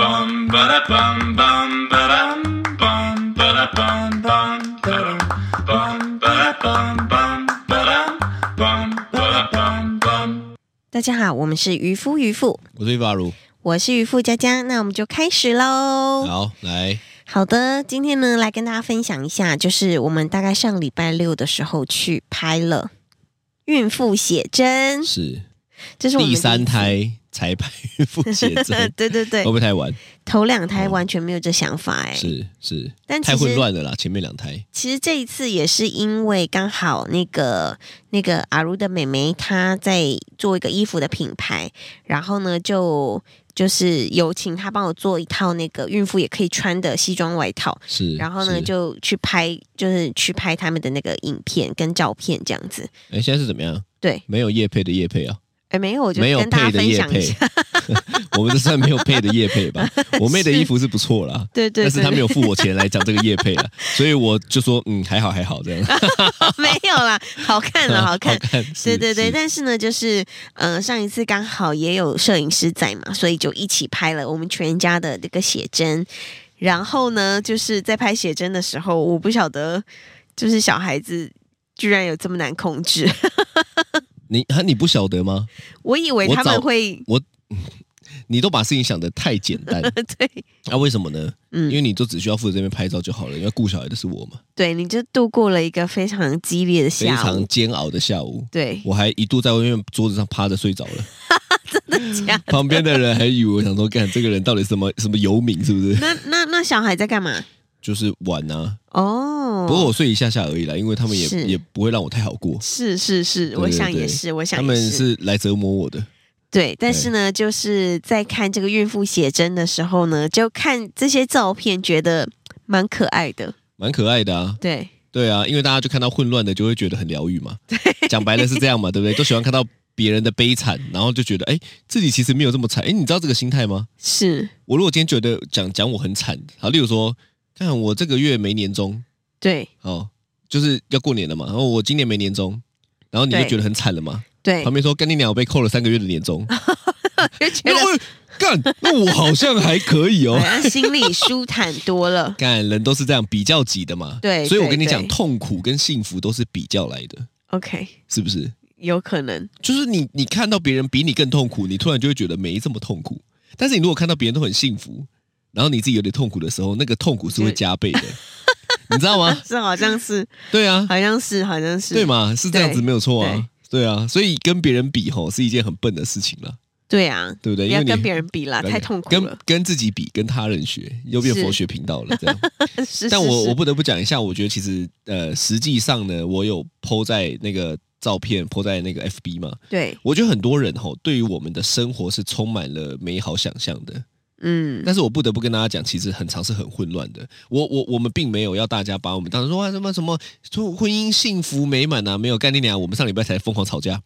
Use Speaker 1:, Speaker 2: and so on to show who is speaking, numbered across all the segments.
Speaker 1: bum ba da bum bum ba dum bum ba da bum bum ba dum bum ba da bum bum ba dum bum ba da bum bum.
Speaker 2: 大家好，我们是渔夫渔妇，
Speaker 3: 我是法如，
Speaker 2: 我是渔夫佳佳，那我们就开始喽。
Speaker 3: 好，来，
Speaker 2: 好的，今天呢来跟大家分享一下，就是我们大概上礼拜六的时候去拍了孕妇写真，
Speaker 3: 是哎
Speaker 2: 这是我们
Speaker 3: 第三
Speaker 2: 一次。
Speaker 3: 胎才 拍孕妇 写真，
Speaker 2: 对对对
Speaker 3: 会不，会太晚？
Speaker 2: 头两胎完全没有这想法哎、
Speaker 3: 是是，
Speaker 2: 但其
Speaker 3: 太混
Speaker 2: 实
Speaker 3: 乱了啦，前面两胎
Speaker 2: 其实这一次也是因为刚好那个那个阿如的妹妹她在做一个衣服的品牌，然后呢就就是有请她帮我做一套那个孕妇也可以穿的西装外套，
Speaker 3: 是，
Speaker 2: 然后呢
Speaker 3: 是
Speaker 2: 就去拍，就是去拍他们的那个影片跟照片这样子。
Speaker 3: 哎，现在是怎么样？
Speaker 2: 对，
Speaker 3: 没有叶配的叶配啊，
Speaker 2: 哎，没有，我就
Speaker 3: 没有
Speaker 2: 跟大家
Speaker 3: 配的
Speaker 2: 分
Speaker 3: 叶
Speaker 2: 享一
Speaker 3: 配
Speaker 2: 下，，
Speaker 3: 我们这算没有配的叶 配吧？我妹的衣服是不错啦。
Speaker 2: 对对
Speaker 3: 但是
Speaker 2: 对，
Speaker 3: 她没有付我钱来讲这个叶配了，啊所以我就说嗯还好还好这样，
Speaker 2: 没有啦，好看 了， 好看
Speaker 3: 好。看，
Speaker 2: 对
Speaker 3: 是
Speaker 2: 对对，
Speaker 3: 是
Speaker 2: 但是呢，就是呃，上一次刚好也有摄影师在嘛，所以就一起拍了我们全家的这个写真。然后呢，就是在拍写真的时候，我不晓得，就是小孩子居然有这么难控制。
Speaker 3: 你啊你不晓得吗？
Speaker 2: 我以为
Speaker 3: 我
Speaker 2: 他们
Speaker 3: 早
Speaker 2: 会，
Speaker 3: 你都把事情想得太简单，
Speaker 2: 对，
Speaker 3: 那、为什么呢？
Speaker 2: 嗯
Speaker 3: 因为你就只需要负责这边拍照就好了，因为顾小孩的是我嘛，
Speaker 2: 对，你就度过了一个非常激烈的
Speaker 3: 非
Speaker 2: 下
Speaker 3: 常
Speaker 2: 午。
Speaker 3: 煎熬的下午，
Speaker 2: 对，
Speaker 3: 我还一度在外面桌子上趴着睡着 了，
Speaker 2: 真的假的？
Speaker 3: 旁边的人还以为我想说，干这个人到底什么什么游民是不是？
Speaker 2: 那那那小孩在干嘛？
Speaker 3: 就是玩啊，
Speaker 2: 哦，
Speaker 3: 不过我睡一下下而已啦，因为他们也
Speaker 2: 是
Speaker 3: 也不会让我太好过，
Speaker 2: 是是是，我
Speaker 3: 对对
Speaker 2: 想也
Speaker 3: 对
Speaker 2: 是，我想
Speaker 3: 他
Speaker 2: 也
Speaker 3: 们是来折磨我的，
Speaker 2: 对，但是呢，就是在看这个孕妇写真的时候呢，就看这些照片，觉得蛮可爱的。
Speaker 3: 蛮可爱的啊，
Speaker 2: 对，
Speaker 3: 对啊，因为大家就看到混乱的，就会觉得很疗愈嘛，讲白了是这样嘛， 对不对？都喜欢看到别人的悲惨，然后就觉得哎，自己其实没有这么惨，哎，你知道这个心态吗？
Speaker 2: 是，
Speaker 3: 我如果今天觉得讲讲我很惨，好，例如说，看我这个月没年终，
Speaker 2: 对
Speaker 3: 哦，就是要过年了嘛，然后我今年没年终，然后你就
Speaker 2: 对
Speaker 3: 觉得很惨了嘛。
Speaker 2: 对啊
Speaker 3: 旁，边说干你娘，我被扣了三个月的年终，
Speaker 2: 就 觉
Speaker 3: 那
Speaker 2: 得
Speaker 3: 我干，那我好像还可以哦
Speaker 2: 好。像心里舒坦多了。
Speaker 3: 干人都是这样比较级的嘛，
Speaker 2: 对
Speaker 3: 所以我跟
Speaker 2: 对
Speaker 3: 你讲，
Speaker 2: 对
Speaker 3: 痛苦跟幸福都是比较来的，
Speaker 2: OK，
Speaker 3: 是不是？
Speaker 2: 有可能
Speaker 3: 就是你你看到别人比你更痛苦，你突然就会觉得没这么痛苦。但是你如果看到别人都很幸福，然后你自己有点痛苦的时候，那个痛苦是会加 倍的，你知道吗？
Speaker 2: 是，好像是，
Speaker 3: 对啊，
Speaker 2: 好像是，好像是，
Speaker 3: 对？嘛，是这样子没有错
Speaker 2: 对
Speaker 3: 啊，对啊，所以跟别人比吼是一件很笨的事情啦，
Speaker 2: 对啊，不
Speaker 3: 对不对？因
Speaker 2: 要
Speaker 3: 为你
Speaker 2: 跟别人比啦，太痛苦
Speaker 3: 跟
Speaker 2: 了。
Speaker 3: 跟自己比，跟他人学，又变
Speaker 2: 是
Speaker 3: 佛学频道了这样。
Speaker 2: 是是
Speaker 3: 但我
Speaker 2: 是
Speaker 3: 我不得不讲一下，我觉得其实呃，实际上呢，我有 PO 在那个照片，PO 在那个 FB 嘛，
Speaker 2: 对，
Speaker 3: 我觉得很多人吼对于我们的生活是充满了美好想象的，
Speaker 2: 嗯，
Speaker 3: 但是我不得不跟大家讲，其实很常是很混乱的。我我我们并没有要大家把我们当成说啊什么什么，说婚姻幸福美满啊，没有概念啊。我们上礼拜才疯狂吵架，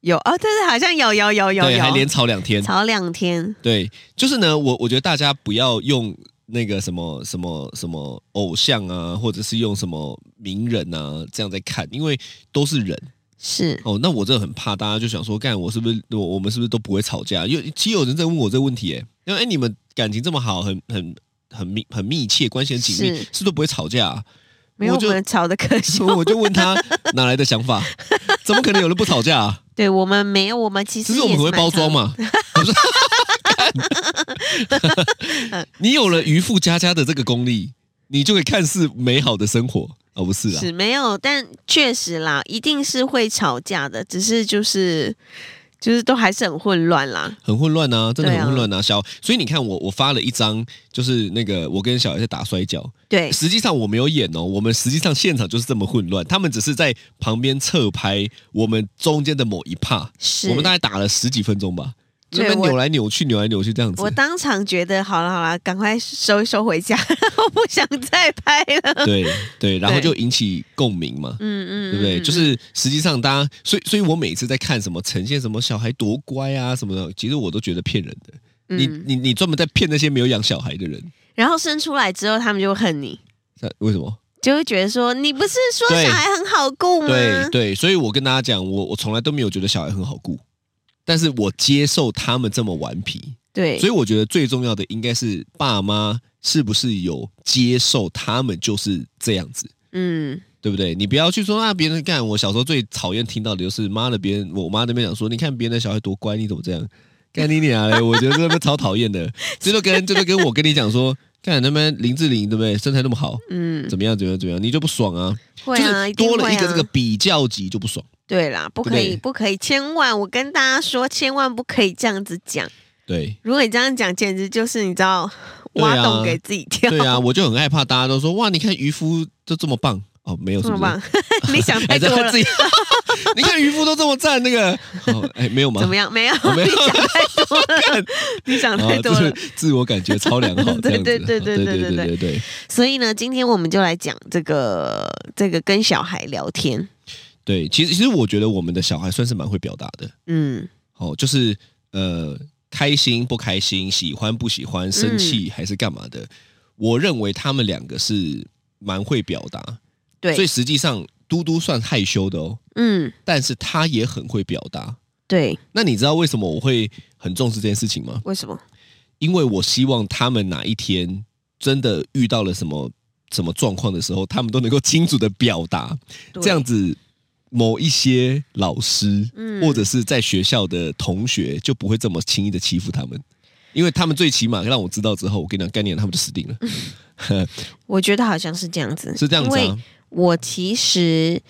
Speaker 2: 有哦，对对，好像有有有有
Speaker 3: 对，还连
Speaker 2: 有，
Speaker 3: 吵两天。
Speaker 2: 吵两天，
Speaker 3: 对，就是呢，我我觉得大家不要用那个什么什么什么偶像啊，或者是用什么名人啊这样在看，因为都是人
Speaker 2: 是
Speaker 3: 哦。那我真的很怕大家就想说，干我是不是我我们是不是都不会吵架？因为其实有人在问我这个问题、欸，哎，因为哎你们感情这么好，很很很密很密切，关系很紧密，
Speaker 2: 是
Speaker 3: 是不是都不会吵架、啊？
Speaker 2: 没有
Speaker 3: 我
Speaker 2: 我
Speaker 3: 就
Speaker 2: 们吵的可
Speaker 3: 所以我就问他哪来的想法，怎么可能有人不吵架、啊？
Speaker 2: 对我们没有，我们其实
Speaker 3: 只是我们
Speaker 2: 也
Speaker 3: 很会
Speaker 2: 蛮
Speaker 3: 包装
Speaker 2: 常
Speaker 3: 嘛。不是干 你有了渔夫佳佳的这个功力，你就可以看似美好的生活哦，不是啊？
Speaker 2: 是没有，但确实啦，一定是会吵架的，只是就是就是都还是很混乱啦。
Speaker 3: 很混乱啊，真的
Speaker 2: 对
Speaker 3: 很
Speaker 2: 啊
Speaker 3: 混乱啊。小，所以你看我，我发了一张，就是那个我跟小孩在打摔跤，
Speaker 2: 对，
Speaker 3: 实际上我没有演哦，我们实际上现场就是这么混乱，他们只是在旁边侧拍我们中间的某一帕，
Speaker 2: 是
Speaker 3: 我们大概打了十几分钟吧，
Speaker 2: 对
Speaker 3: 这边
Speaker 2: 我
Speaker 3: 扭来扭去，扭来扭去这样子
Speaker 2: 我。当场觉得好了好了，赶快收一收回家， 我不想再拍了。
Speaker 3: 对 对，然后
Speaker 2: 对
Speaker 3: 就引起共鸣嘛。
Speaker 2: 嗯嗯，
Speaker 3: 对不对？
Speaker 2: 嗯
Speaker 3: 就是实际上，大家，所以，所以我每次在看什么呈现什么小孩多乖啊什么的，其实我都觉得骗人的。你
Speaker 2: 嗯
Speaker 3: 你你专门在骗那些没有养小孩的人，
Speaker 2: 然后生出来之后，他们就会恨你，
Speaker 3: 那为什么？
Speaker 2: 就会觉得说你不是说
Speaker 3: 对
Speaker 2: 小孩很好顾吗？
Speaker 3: 对对，所以我跟大家讲，我我从来都没有觉得小孩很好顾，但是我接受他们这么顽皮，
Speaker 2: 对，
Speaker 3: 所以我觉得最重要的应该是爸妈是不是有接受他们就是这样子，
Speaker 2: 嗯，
Speaker 3: 对不对？你不要去说啊那别人干。我小时候最讨厌听到的就是妈的，别人我妈那边讲说，你看别人的小孩多乖，你怎么这样？干你 娘嘞！我觉得这边超讨厌的，这就跟这就跟我跟你讲说，看那边林志玲对不对？身材那么好，
Speaker 2: 嗯，
Speaker 3: 怎么样怎么样怎么样，你就不爽啊？
Speaker 2: 会
Speaker 3: 就
Speaker 2: 啊，
Speaker 3: 是
Speaker 2: 定
Speaker 3: 多了
Speaker 2: 会
Speaker 3: 一个
Speaker 2: 啊
Speaker 3: 这个比较级就不爽。
Speaker 2: 对啦，不可以，
Speaker 3: 对
Speaker 2: 不可以，千万，我跟大家说，千万不可以这样子讲。
Speaker 3: 对
Speaker 2: 如果你这样讲，简直就是你知道
Speaker 3: 对
Speaker 2: 挖
Speaker 3: 啊
Speaker 2: 洞给自己跳，
Speaker 3: 对啊，我就很害怕大家都说哇，你看渔夫就这么棒哦，没有是
Speaker 2: 这
Speaker 3: 不
Speaker 2: 么
Speaker 3: 是？
Speaker 2: 棒， 你想太
Speaker 3: 哎，
Speaker 2: 多
Speaker 3: 这
Speaker 2: 了
Speaker 3: 自。己， 你看渔夫都这么赞，那个，哦哎，没有吗？
Speaker 2: 怎么样？没有，
Speaker 3: 没有
Speaker 2: 你想太多了， 你想 太
Speaker 3: 啊，
Speaker 2: 多了
Speaker 3: 这。是自我感觉超良好，这样 子
Speaker 2: 对对对对对
Speaker 3: 对
Speaker 2: 对
Speaker 3: 对对对。
Speaker 2: 所以呢，今天我们就来讲这个这个跟小孩聊天。
Speaker 3: 对，其实其实我觉得我们的小孩算是蛮会表达的，
Speaker 2: 嗯，
Speaker 3: 哦，就是呃，开心不开心，喜欢不喜欢，生
Speaker 2: 嗯
Speaker 3: 气还是干嘛的，我认为他们两个是蛮会表达，所以
Speaker 2: 对，
Speaker 3: 实际上嘟嘟算害羞的哦，
Speaker 2: 嗯，
Speaker 3: 但是他也很会表达。
Speaker 2: 对，
Speaker 3: 那你知道为什么我会很重视这件事情吗？
Speaker 2: 为什么？
Speaker 3: 因为我希望他们哪一天真的遇到了什么什么状况的时候，他们都能够清楚的表达。
Speaker 2: 对
Speaker 3: 这样，子，某一些老师、
Speaker 2: 嗯
Speaker 3: 或者是在学校的同学就不会这么轻易的欺负他们，因为他们最起码让我知道之后，我跟你讲，概念他们就死定了，
Speaker 2: 我觉得好像是这样子，
Speaker 3: 是这样子
Speaker 2: 嗯因为
Speaker 3: 啊？
Speaker 2: 我其实，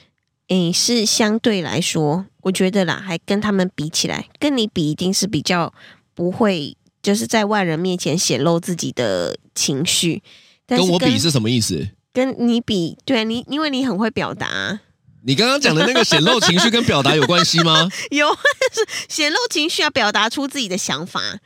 Speaker 2: 诶，是相对来说，我觉得啦，还跟他们比起来，跟你比一定是比较不会，就是在外人面前显露自己的情绪。但
Speaker 3: 跟我比
Speaker 2: 是
Speaker 3: 是什么意思？
Speaker 2: 跟你比，对啊你，因为你很会表达啊、
Speaker 3: 你刚刚讲的那个显露情绪跟表达有关系吗？
Speaker 2: 有是显露情绪啊，表达出自己的想法。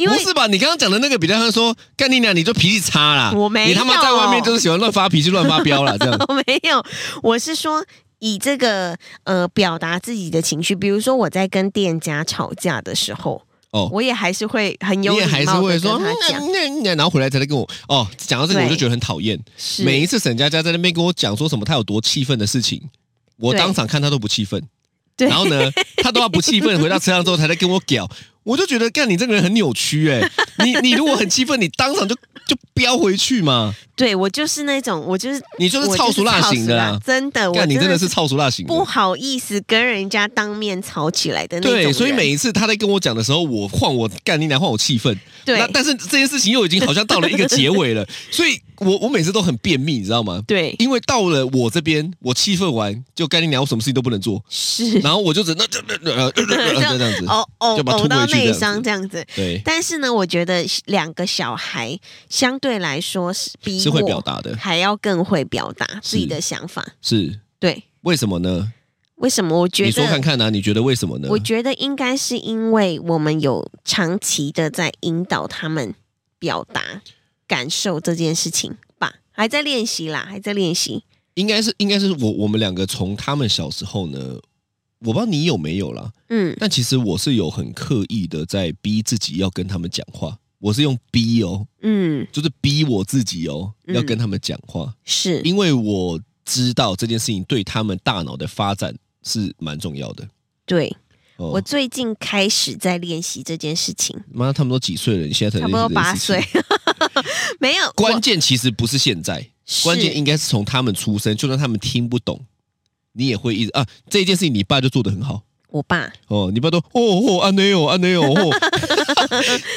Speaker 2: 因为
Speaker 3: 不是吧？你刚刚讲的那个比较像说，干你娘，你就脾气差啦！
Speaker 2: 我没有
Speaker 3: 你他妈在外面就是喜欢乱发脾气、乱发飙啦， 这样。
Speaker 2: 我没有，我是说以这个呃表达自己的情绪，比如说我在跟店家吵架的时候，
Speaker 3: 哦
Speaker 2: 我也还是会很 有
Speaker 3: 你
Speaker 2: 礼
Speaker 3: 也还是
Speaker 2: 貌
Speaker 3: 会
Speaker 2: 的跟
Speaker 3: 说，
Speaker 2: 他讲，
Speaker 3: 嗯嗯嗯然后回来才来跟我哦，讲到这个
Speaker 2: 对
Speaker 3: 我就觉得很讨厌。
Speaker 2: 是
Speaker 3: 每一次沈佳佳在那边跟我讲说什么她有多气愤的事情，我
Speaker 2: 对
Speaker 3: 当场看她都不气愤，
Speaker 2: 对
Speaker 3: 然后呢，她都要不气愤，回到车上之后才来跟我屌，我就觉得干你这个人很扭 曲哎、你你如果很气愤，你当场就就飙回去嘛，
Speaker 2: 对我就是那种我就是
Speaker 3: 你就
Speaker 2: 我
Speaker 3: 是
Speaker 2: 就是
Speaker 3: 操俗辣
Speaker 2: 操
Speaker 3: 型的
Speaker 2: 俗辣
Speaker 3: 啦。
Speaker 2: 真的，我
Speaker 3: 干你真的
Speaker 2: 是
Speaker 3: 是操俗辣型的
Speaker 2: 不，好意思跟人家当面吵起来的那种人。
Speaker 3: 对，所以每一次她在跟我讲的时候，我换我干你俩换我气愤，
Speaker 2: 对
Speaker 3: 那但是这件事情又已经好像到了一个结 尾了，所以我我每次都很便秘，你知道吗？
Speaker 2: 对
Speaker 3: 因为到了我这边，我气愤完就干你娘，我什么事情都不能做，
Speaker 2: 是
Speaker 3: 然后我就只能那呃这样子，
Speaker 2: 哦哦
Speaker 3: 就把它
Speaker 2: 呕
Speaker 3: 吐
Speaker 2: 到
Speaker 3: 回去
Speaker 2: 内
Speaker 3: 这样子
Speaker 2: 伤这样子。
Speaker 3: 对，
Speaker 2: 但是呢，我觉得两个小孩相对来说是比
Speaker 3: 是会
Speaker 2: 我
Speaker 3: 表达的，
Speaker 2: 还要更会表达自己的想法。
Speaker 3: 是
Speaker 2: 对，
Speaker 3: 为什么呢？
Speaker 2: 为什么？我觉得
Speaker 3: 你说看看啊，你觉得为什么呢？
Speaker 2: 我觉得应该是因为我们有长期的在引导他们表达感受这件事情吧，还在练习啦，还在练习。
Speaker 3: 应该是应该是我我们两个从他们小时候呢，我不知道你有没有啦，
Speaker 2: 嗯，
Speaker 3: 但其实我是有很刻意的在逼自己要跟他们讲话，我是用逼哦，
Speaker 2: 嗯，
Speaker 3: 就是逼我自己哦，
Speaker 2: 嗯
Speaker 3: 要跟他们讲话，
Speaker 2: 是，
Speaker 3: 因为我知道这件事情对他们大脑的发展是蛮重要的。
Speaker 2: 对
Speaker 3: 哦
Speaker 2: 我最近开始在练习这件事情，
Speaker 3: 妈，他们都几岁了？你现在才
Speaker 2: 差不多
Speaker 3: 认识这
Speaker 2: 八
Speaker 3: 件事情
Speaker 2: 岁。，没有
Speaker 3: 关
Speaker 2: 我
Speaker 3: 键其实不是现在，
Speaker 2: 是
Speaker 3: 关键应该是从他们出生，就算他们听不懂，你也会一直啊。这件事情你爸就做得很好
Speaker 2: 我爸
Speaker 3: 哦，你爸都哦哦安内哦安内 哦哦，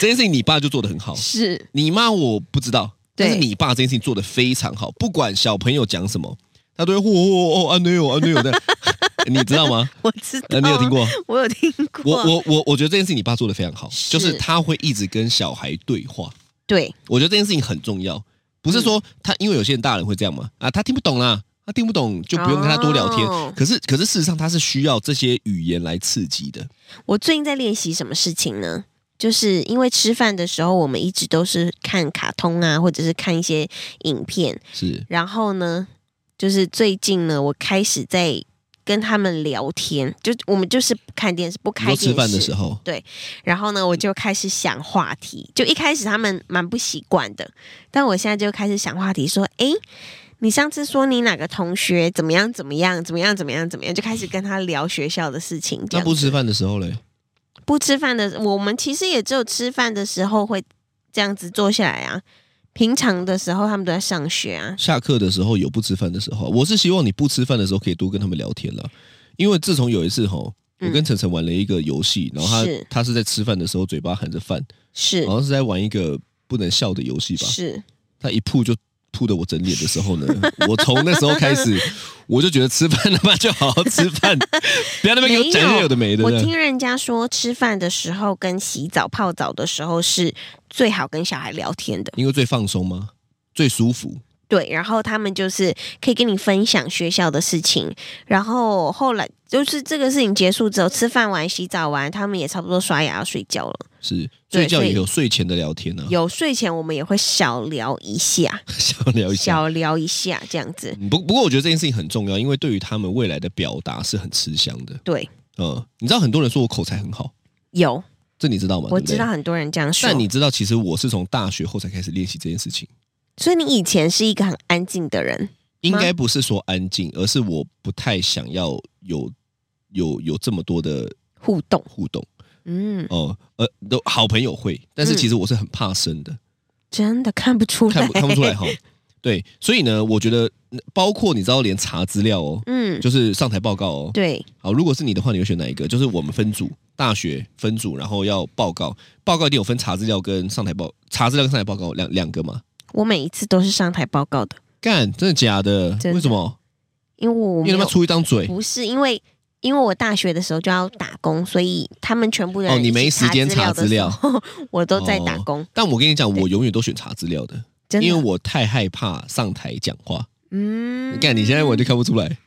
Speaker 3: 这件事情你爸就做得很好，
Speaker 2: 是
Speaker 3: 你妈我不知道，
Speaker 2: 对
Speaker 3: 但是你爸这件事情做得非常好，不管小朋友讲什么，他都会哦哦哦安内哦安内哦的， 你知道吗？
Speaker 2: 我知道、
Speaker 3: 呃，你有听？过？
Speaker 2: 我有听过。
Speaker 3: 我我我我觉得这件事情你爸做的非常好，
Speaker 2: 是
Speaker 3: 就是他会一直跟小孩对话。
Speaker 2: 对
Speaker 3: 我觉得这件事情很重要，不是
Speaker 2: 嗯
Speaker 3: 说他，因为有些人大人会这样嘛，啊，他听不懂啦，他听不懂就不用跟他多聊天。
Speaker 2: 哦
Speaker 3: 可是，可是事实上他是需要这些语言来刺激的。
Speaker 2: 我最近在练习什么事情呢？就是因为吃饭的时候，我们一直都是看卡通啊，或者是看一些影片。
Speaker 3: 是，
Speaker 2: 然后呢，就是最近呢，我开始在跟他们聊天，就我们就是不看电视，不
Speaker 3: 你
Speaker 2: 开
Speaker 3: 说
Speaker 2: 电视。
Speaker 3: 吃饭的时候，
Speaker 2: 然后呢，我就开始想话题。就一开始他们蛮不习惯的，但我现在就开始想话题，说：“诶，你上次说你哪个同学怎么样怎么样怎么样怎么样怎么样？”就开始跟他聊学校的事情。这
Speaker 3: 那
Speaker 2: 样
Speaker 3: 不吃
Speaker 2: 子
Speaker 3: 饭的时候嘞？
Speaker 2: 不吃饭的，我们其实也只有吃饭的时候会这样子坐下来啊。平常的时候他们都在上学啊，
Speaker 3: 下课的时候有不吃饭的时候，啊我是希望你不吃饭的时候可以多跟他们聊天了，因为自从有一次吼，我
Speaker 2: 嗯
Speaker 3: 跟晨晨玩了一个游戏，然后他
Speaker 2: 是
Speaker 3: 他是在吃饭的时候嘴巴含着饭，
Speaker 2: 是
Speaker 3: 好像是在玩一个不能笑的游戏哦吧，
Speaker 2: 是，
Speaker 3: 他一扑就。扑的我整脸的时候呢， 我从那时候开始，我就觉得吃饭他妈就好好 吃饭，不要那边给我讲一些有的没的。
Speaker 2: 我
Speaker 3: 这样
Speaker 2: 听人家说吃饭的时候跟洗澡泡澡的时候是最好跟小孩聊天的，
Speaker 3: 因为最放松吗？最舒服。
Speaker 2: 对，然后他们就是可以跟你分享学校的事情，然后后来就是这个事情结束之后，吃饭完、洗澡完，他们也差不多刷牙要睡觉了。
Speaker 3: 是
Speaker 2: 对
Speaker 3: 睡觉
Speaker 2: 所以
Speaker 3: 也有睡前的聊天啊，
Speaker 2: 有睡前我们也会小聊一下，
Speaker 3: 想聊一下。
Speaker 2: 小聊一下这样子。
Speaker 3: 嗯不不过我觉得这件事情很重要，因为对于他们未来的表达是很吃香的。
Speaker 2: 对，
Speaker 3: 嗯，你知道很多人说我口才很好，
Speaker 2: 有
Speaker 3: 这你知道吗？
Speaker 2: 我
Speaker 3: 对不对
Speaker 2: 知道。很多人这样说
Speaker 3: 但，你知道，其实我是从大学后才开始练习这件事情，
Speaker 2: 所以你以前是一个很安静的人，
Speaker 3: 应该不是说安静，而是我不太想要有有有这么多的
Speaker 2: 互动，
Speaker 3: 互动。
Speaker 2: 嗯，
Speaker 3: 哦、呃，都好朋友会，但是
Speaker 2: 嗯
Speaker 3: 其实我是很怕生的。
Speaker 2: 真的看不出来，
Speaker 3: 看不看不出来，哈。对，所以呢，我觉得嗯包括你知道，连查资料哦，
Speaker 2: 嗯，
Speaker 3: 就是上台报告哦。
Speaker 2: 对，
Speaker 3: 好，如果是你的话，你会选哪一个？就是我们分组，大学分组，然后要报告，报告一定有分查资料跟上台报，查资料跟上台报告两两个嘛。
Speaker 2: 我每一次都是上台报告的，
Speaker 3: 干，真的假的？
Speaker 2: 真的
Speaker 3: 为什么？
Speaker 2: 因为我没
Speaker 3: 因为他
Speaker 2: 有嗯
Speaker 3: 妈出一张嘴
Speaker 2: 不是因为。因为我大学的时候就要打工，所以他们全部人
Speaker 3: 哦，你
Speaker 2: 一起
Speaker 3: 没时间查
Speaker 2: 查
Speaker 3: 资料
Speaker 2: 的时。候， 我都在打
Speaker 3: 哦
Speaker 2: 工。
Speaker 3: 但我跟你讲，
Speaker 2: 对
Speaker 3: 我永远都选查资料的，
Speaker 2: 真的，
Speaker 3: 因为我太害怕上台讲话。
Speaker 2: 嗯，
Speaker 3: 干，你现在我就看不出来。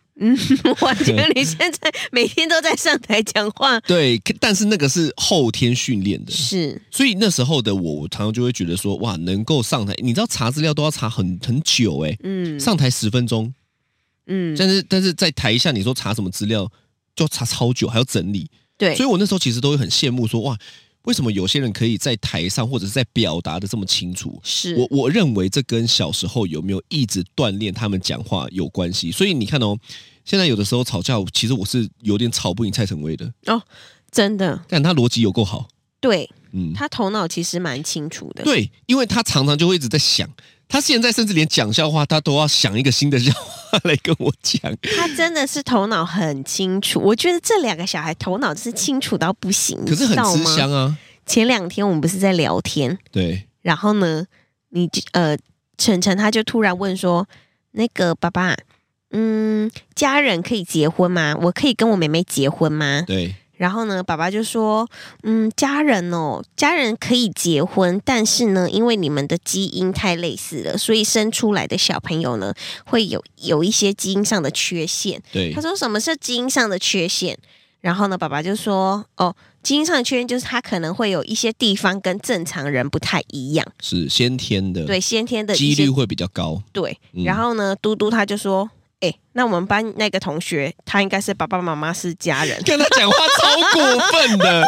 Speaker 2: 我觉得你现在每天都在上台讲话，
Speaker 3: 对，但是那个是后天训练的，
Speaker 2: 是
Speaker 3: 所以那时候的我，我常常就会觉得说，哇，能够上台，你知道查资料都要查很很久哎、
Speaker 2: 嗯
Speaker 3: 上台十分钟，
Speaker 2: 嗯，
Speaker 3: 但是但是在台下你说查什么资料，就要查超久，还要整理，
Speaker 2: 对，
Speaker 3: 所以我那时候其实都会很羡慕说，哇，为什么有些人可以在台上或者是在表达的这么清楚？
Speaker 2: 是
Speaker 3: 我我认为这跟小时候有没有一直锻炼他们讲话有关系，所以你看哦，现在有的时候吵架，其实我是有点吵不赢蔡成威的，
Speaker 2: 哦真的，
Speaker 3: 但他逻辑有够好，
Speaker 2: 对
Speaker 3: 嗯，
Speaker 2: 他头脑其实蛮清楚的，
Speaker 3: 对，因为他常常就会一直在想，他现在甚至连讲笑话，他都要想一个新的笑话来跟我讲。
Speaker 2: 他真的是头脑很清楚。我觉得这两个小孩头脑是清楚到不行，
Speaker 3: 可
Speaker 2: 你知
Speaker 3: 是很
Speaker 2: 道
Speaker 3: 吃
Speaker 2: 吗
Speaker 3: 香啊，
Speaker 2: 前两天我们不是在聊天，
Speaker 3: 对，
Speaker 2: 然后呢，你就呃，晨晨他就突然问说：“那个爸爸，嗯，家人可以结婚吗？我可以跟我妹妹结婚吗？”
Speaker 3: 对，
Speaker 2: 然后呢，爸爸就说：“嗯，家人哦，家人可以结婚，但是呢，因为你们的基因太类似了，所以生出来的小朋友呢，会有有一些基因上的缺陷。”
Speaker 3: 对
Speaker 2: 他，说：“什么是基因上的缺陷？”然后呢，爸爸就说：“哦，基因上的缺陷就是他可能会有一些地方跟正常人不太一样，
Speaker 3: 是先天的，
Speaker 2: 对，先天的一
Speaker 3: 几
Speaker 2: 些
Speaker 3: 率会比较高。
Speaker 2: 对。
Speaker 3: 嗯
Speaker 2: 然后呢，嘟嘟他就说：‘哎、那我们班那个同学，他应该是爸爸妈妈是家 人。’
Speaker 3: 看他讲话超过分的，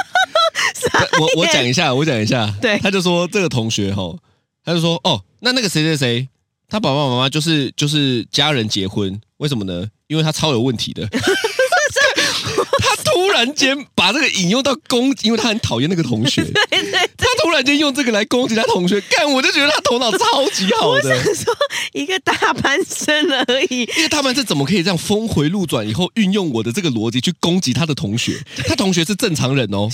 Speaker 3: 我我讲一下，我讲一下，
Speaker 2: 对
Speaker 3: 他就说这个同学哈，他就说哦，那那个谁谁谁，他爸爸妈妈就是就是家人结婚，为什么呢？因为他超有问题的。他突然间把这个引用到攻，因为他很讨厌那个同学，他突然间用这个来攻击他同学，干我就觉得他头脑超级好的，
Speaker 2: 说一个大班生而 已，
Speaker 3: 因为他们是怎么可以这样峰回路转以后，运用我的这个逻辑去攻击他的同 学？他同学是正常人哦，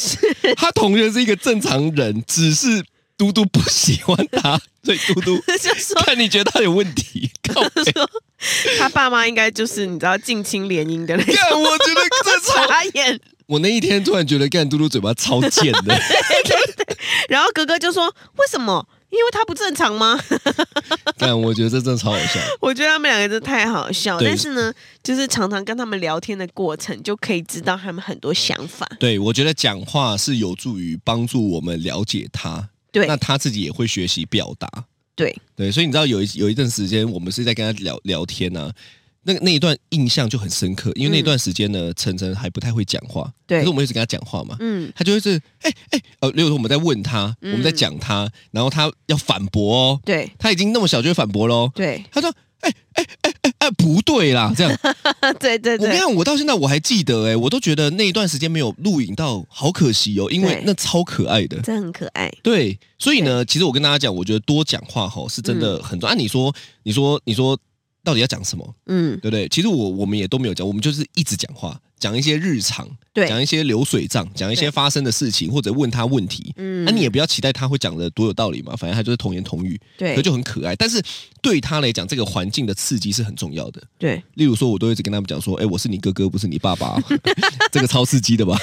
Speaker 3: 他同学是一个正常人，只是嘟嘟不喜欢他，所以嘟嘟
Speaker 2: 就 说
Speaker 3: 看你觉得他有问 题。靠北
Speaker 2: 说他爸妈应该就是你知道近亲联姻的那种，
Speaker 3: 干，我觉得这 超……
Speaker 2: 傻眼。
Speaker 3: 我那一天突然觉得干嘟嘟嘴巴超贱的，
Speaker 2: 然后哥哥就说：“为什么？因为他不正常吗
Speaker 3: 干，我觉得这真的超好笑。？”
Speaker 2: 我觉得他们两个真的太好笑。
Speaker 3: 对
Speaker 2: 但是呢，就是常常跟他们聊天的过程，就可以知道他们很多想法。
Speaker 3: 对，我觉得讲话是有助于帮助我们了解他，
Speaker 2: 对
Speaker 3: 那他自己也会学习表达。
Speaker 2: 对，
Speaker 3: 对，所以你知道有一有一段时间，我们是在跟他聊聊天啊，那那一段印象就很深刻，因为那段时间呢，晨晨还不太会讲话，
Speaker 2: 嗯对
Speaker 3: 可是我们一直跟他讲话嘛，
Speaker 2: 嗯，
Speaker 3: 他就会是哎哎，呃，例如说我们在问他，我们在讲他，然后他要反驳哦，
Speaker 2: 对
Speaker 3: 他已经那么小就会反驳喽，
Speaker 2: 对
Speaker 3: 他说哎哎，不对啦，这样。
Speaker 2: 对对
Speaker 3: 我跟你
Speaker 2: 对，
Speaker 3: 讲，我到现在我还记得、哎，我都觉得那一段时间没有录影到，好可惜哦，因为
Speaker 2: 对
Speaker 3: 那超可爱的。
Speaker 2: 真的很可爱。
Speaker 3: 对，所以呢，其实我跟大家讲，我觉得多讲话吼是真
Speaker 2: 嗯
Speaker 3: 的很重要。啊按、你说，你说，你说，到底要讲什么，
Speaker 2: 嗯，
Speaker 3: 对不对？其实我我们也都没有讲，我们就是一直讲话，讲一些日常，
Speaker 2: 对，
Speaker 3: 讲一些流水账，讲一些
Speaker 2: 对
Speaker 3: 发生的事情，或者问他问题。
Speaker 2: 嗯，
Speaker 3: 那、你也不要期待他会讲的多有道理嘛，反正他就是童言童语，
Speaker 2: 对
Speaker 3: 可就很可爱。但是对他来讲，这个环境的刺激是很重要的。
Speaker 2: 对，
Speaker 3: 例如说，我都一直跟他们讲说，哎、我是你哥哥，不是你爸爸哦、 这个超刺 激的吧？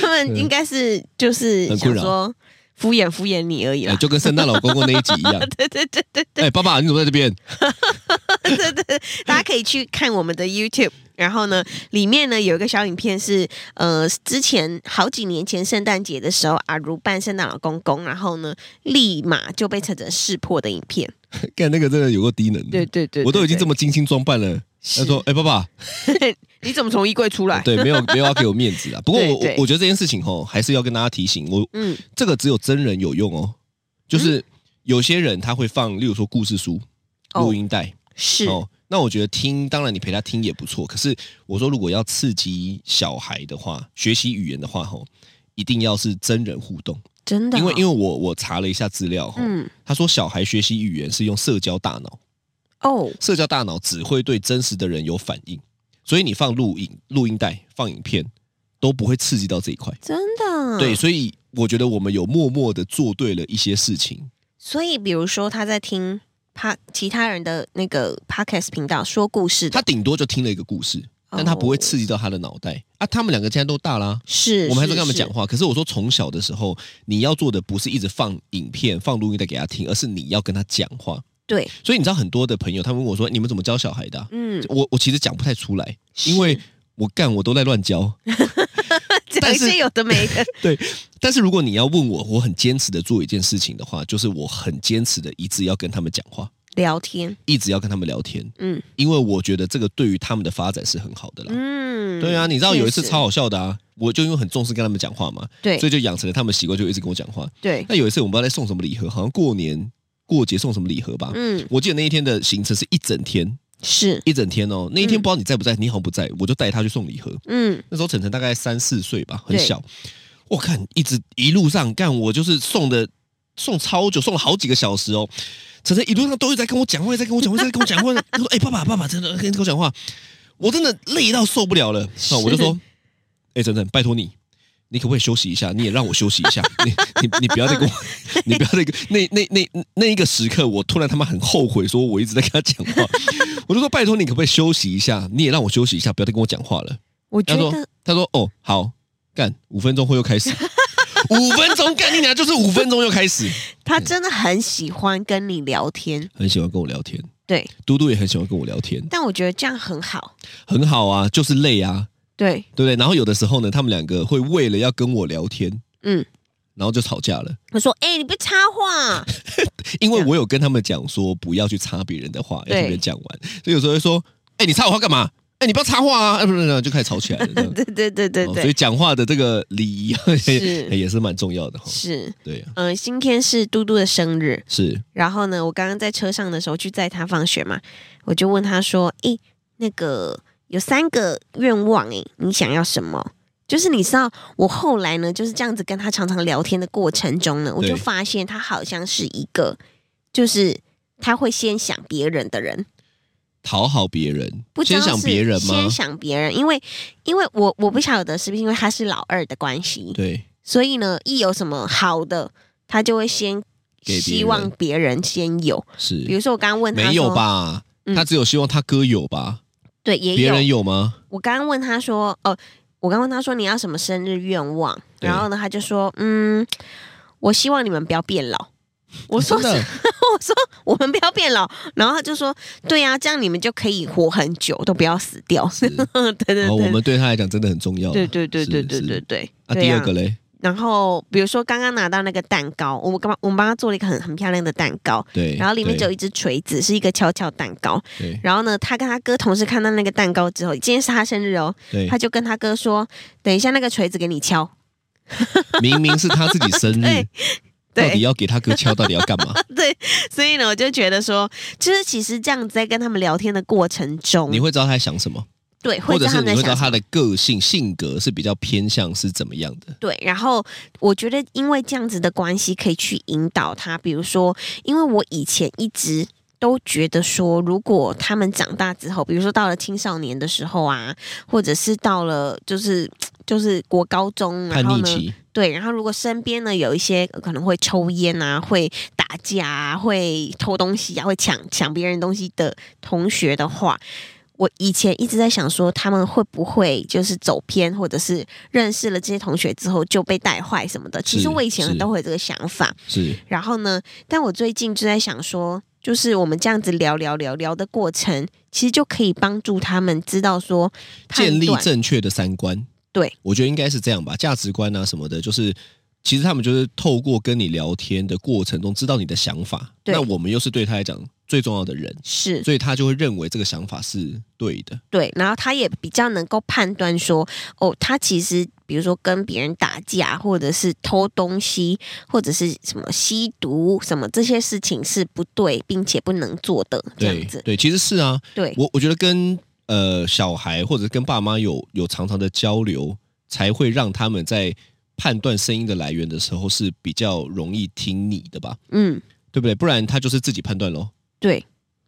Speaker 2: 他们应该是就是
Speaker 3: 嗯很
Speaker 2: 想
Speaker 3: 困扰
Speaker 2: 说敷衍敷衍你而已
Speaker 3: 哎
Speaker 2: 啦。
Speaker 3: 就跟圣诞老公公那一集一样。
Speaker 2: 对对对 对
Speaker 3: 哎、爸爸，你怎么在这边？
Speaker 2: 对对，对大家可以去看我们的 YouTube。然后呢，里面呢有一个小影片是，呃，之前好几年前圣诞节的时候，阿如扮圣诞老公公，然后呢，立马就被陈晨识破的影片。
Speaker 3: 干那个真的有够低能的。
Speaker 2: 嗯对对对，
Speaker 3: 我都已经这
Speaker 2: 么，
Speaker 3: 么精心装扮了。他说：“哎、爸爸，
Speaker 2: 你怎么从衣柜出来？
Speaker 3: 对，没有 没有要给我面子啊。不过我
Speaker 2: 对对
Speaker 3: 我我觉得这件事情吼，还是要跟大家提醒，我
Speaker 2: 嗯，
Speaker 3: 这个只有真人有用哦。就是有些人他会放，例如说故事书、录
Speaker 2: 哦，
Speaker 3: 音带
Speaker 2: 是，
Speaker 3: 哦。那我觉得听，当然你陪他听也不错。可是我说，如果要刺激小孩的话，学习语言的话，吼，一定要是真人互动。
Speaker 2: 真的哦、
Speaker 3: 因为因为
Speaker 2: 为
Speaker 3: 我我查了一下资料，吼，
Speaker 2: 嗯，
Speaker 3: 他说小孩学习语言是用社交大脑。”
Speaker 2: 哦，
Speaker 3: 社交大脑只会对真实的人有反应，所以你放录影、录音带、放影片都不会刺激到这一块。
Speaker 2: 真的，
Speaker 3: 对，，所以我觉得我们有默默的做对了一些事情。
Speaker 2: 所以比如说他在听他其他人的那个 podcast 频道说故事的，哦
Speaker 3: 他顶多就听了一个故事，但他不会刺激到他的脑袋啊。他们两个现在都大啦，
Speaker 2: 是，
Speaker 3: 我们还
Speaker 2: 是
Speaker 3: 是跟他们讲，
Speaker 2: 是
Speaker 3: 话。可是我说，从小的时候，你要做的不是一直放影片、放录音带给他听，而是你要跟他讲话。
Speaker 2: 对，
Speaker 3: 所以你知道，很多的朋友他们问我说：“你们怎么教小孩的啊、
Speaker 2: 嗯，
Speaker 3: 我我其实讲不太出来，因为我干我都在乱教。
Speaker 2: 讲
Speaker 3: 但
Speaker 2: 一
Speaker 3: 是
Speaker 2: 些有的没 的，
Speaker 3: 但是如果你要问我，我很坚持的做一件事情的话，就是我很坚持的一直要跟他们讲话，
Speaker 2: 聊天，
Speaker 3: 一直要跟他们聊天，
Speaker 2: 嗯
Speaker 3: 因为我觉得这个对于他们的发展是很好的啦。
Speaker 2: 嗯，
Speaker 3: 对啊，你知道有一次
Speaker 2: 确实
Speaker 3: 超好笑的啊，我就因为很重视跟他们讲话嘛，
Speaker 2: 对
Speaker 3: 所以就养成了他们习惯，就一直跟我讲话。
Speaker 2: 对，
Speaker 3: 那有一次我们不知道在送什么礼盒，好像过年过节送什么礼盒吧。
Speaker 2: 嗯
Speaker 3: 我记得那一天的行程是一整天，
Speaker 2: 是，
Speaker 3: 一整天哦。那一天
Speaker 2: 嗯
Speaker 3: 不知道你在不在，你好像不在，我就带他去送礼盒。
Speaker 2: 嗯
Speaker 3: 那时候晨晨大概三四岁吧，很
Speaker 2: 对
Speaker 3: 小。我看一直一路上干，我就是送的送超久，送了好几个小时哦。晨晨一路上都一直在跟我讲话，一直在跟我讲话，一直在跟我讲话。 他说：“哎、爸爸，爸爸，真的跟跟我讲话，我真的累到受不了了。”
Speaker 2: 是
Speaker 3: 那我就说：“哎、晨晨，拜托你。”你可不可以休息一下？你也让我休息一下。你你你不要再 跟我，你不要再跟那那那那一个时刻，我突然他妈很后悔，说我一直在跟他讲话。我就说拜托你可不可以休息一下？你也让我休息一下，不要再跟我讲话了。
Speaker 2: 我觉
Speaker 3: 他
Speaker 2: 得
Speaker 3: 说他说哦好干，五分钟后又 开始，五分钟干你娘就是五分钟又开始，
Speaker 2: 他真的很喜欢跟你聊天，
Speaker 3: 很喜欢跟我聊天，
Speaker 2: 对，
Speaker 3: 嘟嘟也很喜欢跟我聊天，
Speaker 2: 但我觉得这样很好，
Speaker 3: 很好啊，就是累啊，
Speaker 2: 对，
Speaker 3: 对不对？然后有的时候呢，他们两个会为了要跟我聊天，
Speaker 2: 嗯，
Speaker 3: 然后就吵架了，
Speaker 2: 他说，哎，你别插话，
Speaker 3: 因为我有跟他们讲说不要去插别人的话，
Speaker 2: 对
Speaker 3: 要听别人讲完，所以有时候会说，哎、你插我话干嘛？哎、你不要插话啊！哎、不是，不是就开始吵起来了。这样
Speaker 2: 对对对 对
Speaker 3: 哦所以
Speaker 2: 对，
Speaker 3: 讲话的这个礼仪
Speaker 2: 是
Speaker 3: 也是蛮重要的哈。
Speaker 2: 是，
Speaker 3: 对啊，
Speaker 2: 嗯，今天是嘟嘟的生日，
Speaker 3: 是
Speaker 2: 然后呢，我刚刚在车上的时候去载他放学嘛，我就问他说：“诶，那个有三个愿望，诶，你想要什么？”就是你知道，我后来呢，就是这样子跟他常常聊天的过程中呢，我就
Speaker 3: 对
Speaker 2: 发现他好像是一个，就是他会先想别人的人，
Speaker 3: 讨好别人，
Speaker 2: 不知
Speaker 3: 先
Speaker 2: 道
Speaker 3: 想
Speaker 2: 是
Speaker 3: 别人吗
Speaker 2: 先？想别人，因为因为我我不晓得是不是因为他是老二的关系，
Speaker 3: 对，
Speaker 2: 所以呢，一有什么好的，他就会先
Speaker 3: 给别
Speaker 2: 希
Speaker 3: 人
Speaker 2: 望别人先有。比
Speaker 3: 是
Speaker 2: 如说我刚刚问他
Speaker 3: 没有
Speaker 2: 说
Speaker 3: 吧？
Speaker 2: 嗯
Speaker 3: 他只有希望他哥有吧？
Speaker 2: 对，也
Speaker 3: 别
Speaker 2: 有。
Speaker 3: 人有吗？
Speaker 2: 我刚刚问他说，哦，我刚问他说你要什么生日愿望，
Speaker 3: 对
Speaker 2: 然后呢，他就说，嗯，我希望你们不要变老。我说
Speaker 3: 真
Speaker 2: 是，
Speaker 3: 的，
Speaker 2: 我说我们不要变老，然后他就说，对呀、这样你们就可以活很久，都不要死掉。
Speaker 3: 是
Speaker 2: 对对对，
Speaker 3: 哦，我们对他来讲真的很重要啊。
Speaker 2: 对对对对
Speaker 3: 是
Speaker 2: 对
Speaker 3: 是
Speaker 2: 对对。
Speaker 3: 啊，
Speaker 2: 对
Speaker 3: 第
Speaker 2: 呀
Speaker 3: 二个嘞，
Speaker 2: 然后比如说刚刚拿到那个蛋糕，我们刚我们帮他做了一个很很漂亮的蛋糕，
Speaker 3: 对，
Speaker 2: 然后里面只有
Speaker 3: 对
Speaker 2: 一只锤子，是一个跷跷蛋糕。
Speaker 3: 对
Speaker 2: 然后呢，他跟他哥同时看到那个蛋糕之后，今天是他生日哦，
Speaker 3: 对
Speaker 2: 他，就跟他哥说：“等一下，那个锤子给你敲。
Speaker 3: 明明是他自己生日
Speaker 2: 对，
Speaker 3: 到
Speaker 2: 对
Speaker 3: 底要给他个敲，到底要干嘛？
Speaker 2: 对，所以呢，我就觉得说，就是其实这样子在跟他们聊天的过程中，
Speaker 3: 你会知道他在想什么，
Speaker 2: 对会
Speaker 3: 或
Speaker 2: 知
Speaker 3: 者
Speaker 2: 道他
Speaker 3: 是
Speaker 2: 们在
Speaker 3: 你会知道
Speaker 2: 想
Speaker 3: 他的个性性格是比较偏向是怎么样的。
Speaker 2: 对，然后我觉得因为这样子的关系，可以去引导他。比如说，因为我以前一直都觉得说，如果他们长大之后，比如说到了青少年的时候啊，或者是到了就是就是国高中，嗯然
Speaker 3: 叛
Speaker 2: 后
Speaker 3: 逆
Speaker 2: 呢，
Speaker 3: 期，
Speaker 2: 对，然后如果身边呢有一些呃可能会抽烟啊，会打架啊，会偷东西啊，会抢抢别人东西的同学的话，我以前一直在想说，他们会不会就是走偏，或者是认识了这些同学之后就被带坏什么的？其实
Speaker 3: 是
Speaker 2: 我以前
Speaker 3: 是
Speaker 2: 都会有这个想法。
Speaker 3: 是
Speaker 2: 然后呢，但我最近就在想说，就是我们这样子聊聊聊聊的过程，其实就可以帮助他们知道说，判
Speaker 3: 建立
Speaker 2: 断
Speaker 3: 正确的三观。
Speaker 2: 对，
Speaker 3: 我觉得应该是这样吧，价值观啊什么的，就是其实他们就是透过跟你聊天的过程中，知道你的想法。
Speaker 2: 对
Speaker 3: 那我们又是对他来讲最重要的人，
Speaker 2: 是
Speaker 3: 所以他就会认为这个想法是对的。
Speaker 2: 对，然后他也比较能够判断说，哦，他其实比如说跟别人打架，或者是偷东西，或者是什么吸毒，什么这些事情是不对，并且不能做的这
Speaker 3: 对
Speaker 2: 样子。
Speaker 3: 对，其实是啊，
Speaker 2: 对，
Speaker 3: 我我觉得跟呃小孩或者跟爸妈有有常常的交流，才会让他们在判断声音的来源的时候是比较容易听你的吧，
Speaker 2: 嗯，
Speaker 3: 对不对？不然他就是自己判断喽，
Speaker 2: 对。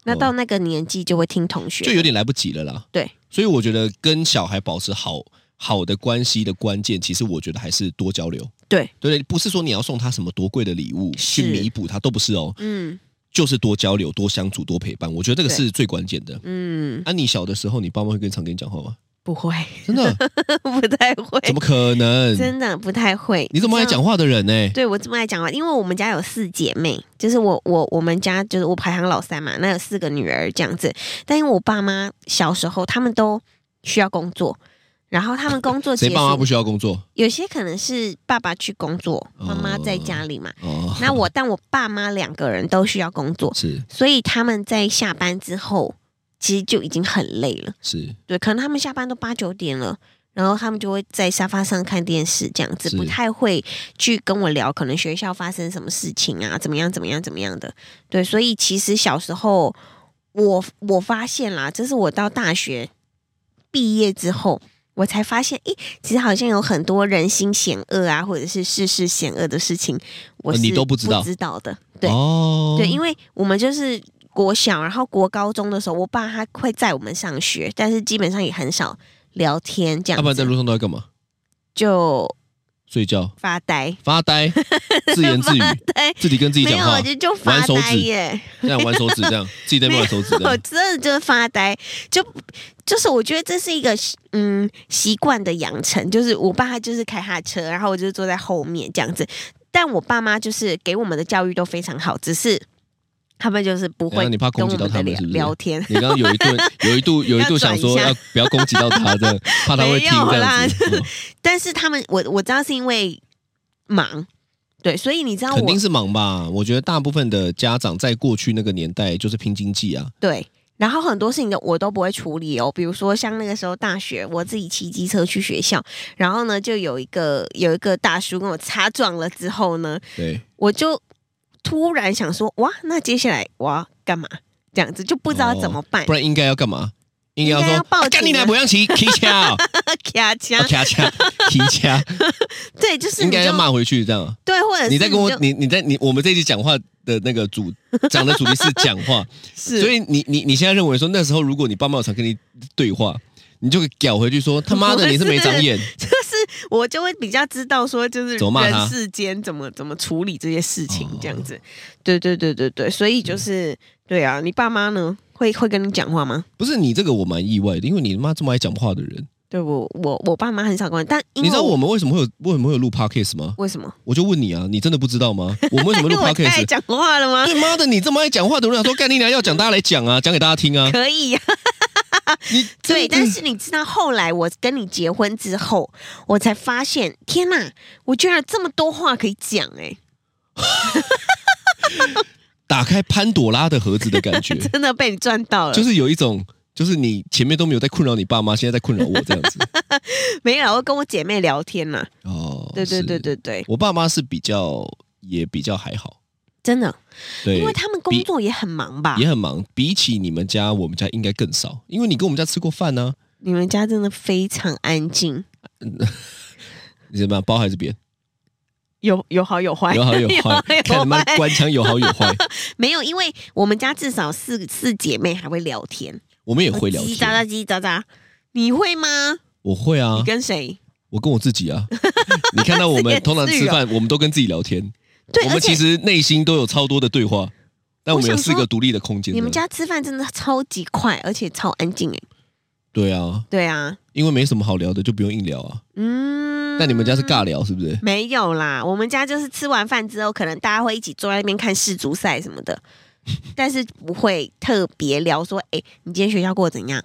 Speaker 2: 那
Speaker 3: 哦
Speaker 2: 到那个年纪就会听同学
Speaker 3: 就
Speaker 2: 的，
Speaker 3: 有点来不及了啦。
Speaker 2: 对，
Speaker 3: 所以我觉得跟小孩保持好好的关系的关键，其实我觉得还是多交流。
Speaker 2: 对
Speaker 3: 对不对，不是说你要送他什么多贵的礼物去
Speaker 2: 是
Speaker 3: 弥补他，都不是哦，
Speaker 2: 嗯
Speaker 3: 就是多交流、多相处、多陪伴。我觉得这个
Speaker 2: 对
Speaker 3: 是最关键的。
Speaker 2: 嗯，
Speaker 3: 啊，你小的时候，你爸妈会跟常跟你讲 话吗？
Speaker 2: 不会，
Speaker 3: 真的？
Speaker 2: 不太会，
Speaker 3: 怎么可能？
Speaker 2: 真的不太会。
Speaker 3: 你怎么爱
Speaker 2: 知道
Speaker 3: 讲话的人呢、
Speaker 2: 对我这么爱讲话，因为我们家有四姐妹，就是我我我们家就是我排行老三嘛，那有四个女儿这样子。但因为我爸妈小时候他们都需要工作，然后他们工作结
Speaker 3: 谁
Speaker 2: 束，
Speaker 3: 爸妈不需要工作？
Speaker 2: 有些可能是爸爸去工作，妈妈在
Speaker 3: 哦
Speaker 2: 家里嘛。
Speaker 3: 哦，
Speaker 2: 那我但我爸妈两个人都需要工作，
Speaker 3: 是
Speaker 2: 所以他们在下班之后其实就已经很累了。
Speaker 3: 是
Speaker 2: 对，可能他们下班都八九点了，然后他们就会在沙发上看电视这样子，
Speaker 3: 是
Speaker 2: 不太会去跟我聊可能学校发生什么事情啊，怎么样怎么样怎么样的。对，所以其实小时候我我发现啦，这是我到大学毕业之后。我才发现，诶，其实好像有很多人心险恶啊，或者是世事险恶的事情，我
Speaker 3: 呃
Speaker 2: 是
Speaker 3: 你都不知道
Speaker 2: 知道的。对，
Speaker 3: 哦，
Speaker 2: 对，因
Speaker 3: 为
Speaker 2: 为我们就是国小，然后国高中的时候，我爸他会载我们上学，但是基本上也很少聊天这
Speaker 3: 要不
Speaker 2: 样
Speaker 3: 然在
Speaker 2: 子，
Speaker 3: 路上都在干嘛？
Speaker 2: 就
Speaker 3: 睡觉、
Speaker 2: 发呆。
Speaker 3: 发呆、自言自语、
Speaker 2: 呆
Speaker 3: 自己跟自己
Speaker 2: 没
Speaker 3: 讲
Speaker 2: 有，我
Speaker 3: 话，
Speaker 2: 就就发
Speaker 3: 玩手
Speaker 2: 呆
Speaker 3: 指
Speaker 2: 耶，
Speaker 3: 这样玩手指，这样自己在那边玩手指这
Speaker 2: 我
Speaker 3: 样。
Speaker 2: 真的就是发呆，就就是我觉得这是一个嗯习惯的养成，就是我爸他就是开他的车，然后我就坐在后面这样子，但我爸妈就是给我们的教育都非常好，只是他们就是不
Speaker 3: 等一
Speaker 2: 会
Speaker 3: 下哎你怕
Speaker 2: 跟
Speaker 3: 攻
Speaker 2: 我
Speaker 3: 击到
Speaker 2: 们的
Speaker 3: 他
Speaker 2: 聊
Speaker 3: 们是不是？
Speaker 2: 聊天，
Speaker 3: 你刚刚有一顿，有一度，有一度想说
Speaker 2: 要转一下
Speaker 3: 要不要攻击到他，这样怕他会听
Speaker 2: 没有
Speaker 3: 这
Speaker 2: 啦
Speaker 3: 样子，
Speaker 2: 但是他们，我我知道是因为忙，对，所以你知道
Speaker 3: 嗯肯
Speaker 2: 我
Speaker 3: 定是忙吧？我觉得大部分的家长在过去那个年代就是拼经济啊，
Speaker 2: 对，然后很多事情的我都不会处理哦，比如说像那个时候大学，我自己骑机车去学校，然后呢就有一个有一个大叔跟我擦撞了之后呢，
Speaker 3: 对，
Speaker 2: 我就突然想说，哇，那接下来我要干嘛？这样子就不知道怎么办
Speaker 3: 哦不，然应该要干嘛？应该要
Speaker 2: 哎应该
Speaker 3: 说
Speaker 2: 要报警啊
Speaker 3: 啊干你娘，不让骑骑 车哦，
Speaker 2: 咔
Speaker 3: 啊
Speaker 2: 嚓，
Speaker 3: 骑车骑车，
Speaker 2: 对，就是
Speaker 3: 应
Speaker 2: 你就
Speaker 3: 该要骂回去这样。
Speaker 2: 对，或者是
Speaker 3: 你在跟我
Speaker 2: 就
Speaker 3: 你你在你我们这一集讲话的那个主讲的主题是讲话，
Speaker 2: 是
Speaker 3: 所以你你你现在认为说那时候如果你爸妈有常跟你对话，你就屌回 去说他妈的你是没长眼，
Speaker 2: 就是我就会比较知道说，就是
Speaker 3: 怎么骂他
Speaker 2: 人世间怎么怎么处理这些事情
Speaker 3: 哦，嗯
Speaker 2: 这样子。对对对对对，所以就是对啊，你爸妈呢会会跟你讲话吗？
Speaker 3: 不是你这个我蛮意外的，因为你妈这么爱讲话的人，
Speaker 2: 对我我我爸妈很少跟我，但因
Speaker 3: 你
Speaker 2: 为
Speaker 3: 知道我们为什么会有为什么会有录 podcast 吗？
Speaker 2: 为什么？
Speaker 3: 我就问你啊，你真的不知 道吗？我们为什么
Speaker 2: 因为
Speaker 3: 录
Speaker 2: 我太爱
Speaker 3: podcast？
Speaker 2: 讲话了吗
Speaker 3: 对？妈的，你这么爱讲话的人，我啊想说干你娘要讲，大家来讲啊，讲给大家 听啊。
Speaker 2: 可以呀、
Speaker 3: 你
Speaker 2: 对，但
Speaker 3: 是
Speaker 2: 是你知道后来我跟你结婚之后，我才发现，天哪，我居然有这么多话可以讲哎、
Speaker 3: 嗯打开潘朵拉的盒子的感觉，
Speaker 2: 真的被你赚到了。
Speaker 3: 就是有一种，就是你前面都没有在困扰你爸妈，现在在困扰我这样子。
Speaker 2: 没有啦，我跟我姐妹聊天啦。
Speaker 3: 哦，
Speaker 2: 对对
Speaker 3: 是
Speaker 2: 对，对对，
Speaker 3: 我爸妈是比较也比较还好，
Speaker 2: 真的，
Speaker 3: 对，
Speaker 2: 因为他们工作也很忙吧？
Speaker 3: 也很忙。比起你们家，我们家应该更少，因为你跟我们家吃过饭啊呢、
Speaker 2: 你们家真的非常安静，
Speaker 3: 你怎么样？包还 是扁？
Speaker 2: 有有好 啊有坏，
Speaker 3: 有好有坏，看他妈
Speaker 2: 坏
Speaker 3: 官腔有好有坏。
Speaker 2: 没有，因为我们家至少四四姐妹还会聊天，
Speaker 3: 我们也会聊
Speaker 2: 叽叽
Speaker 3: 天，
Speaker 2: 喳喳叽叽喳喳。你会吗？
Speaker 3: 我会啊
Speaker 2: 啊你，跟谁？
Speaker 3: 我跟我自己 啊。你看到我
Speaker 2: 自
Speaker 3: 们
Speaker 2: 言
Speaker 3: 通常
Speaker 2: 自
Speaker 3: 吃
Speaker 2: 语哦
Speaker 3: 饭，我们都跟自己聊天，
Speaker 2: 对，
Speaker 3: 我
Speaker 2: 而
Speaker 3: 们其
Speaker 2: 且
Speaker 3: 实内心都有超多的对话，但我们有
Speaker 2: 我想
Speaker 3: 四
Speaker 2: 说
Speaker 3: 个独立的空间。
Speaker 2: 你们家吃饭真的超级快，而且超安静哎。
Speaker 3: 对啊，
Speaker 2: 对啊，
Speaker 3: 因为没什么好聊的，就不用硬聊啊。
Speaker 2: 嗯。
Speaker 3: 但你们家是尬聊是不是？
Speaker 2: 没有啦，我们家就是吃完饭之后，可能大家会一起坐在那边看世足赛什么 的，但是不会特别聊说，哎、你今天学校过得怎样？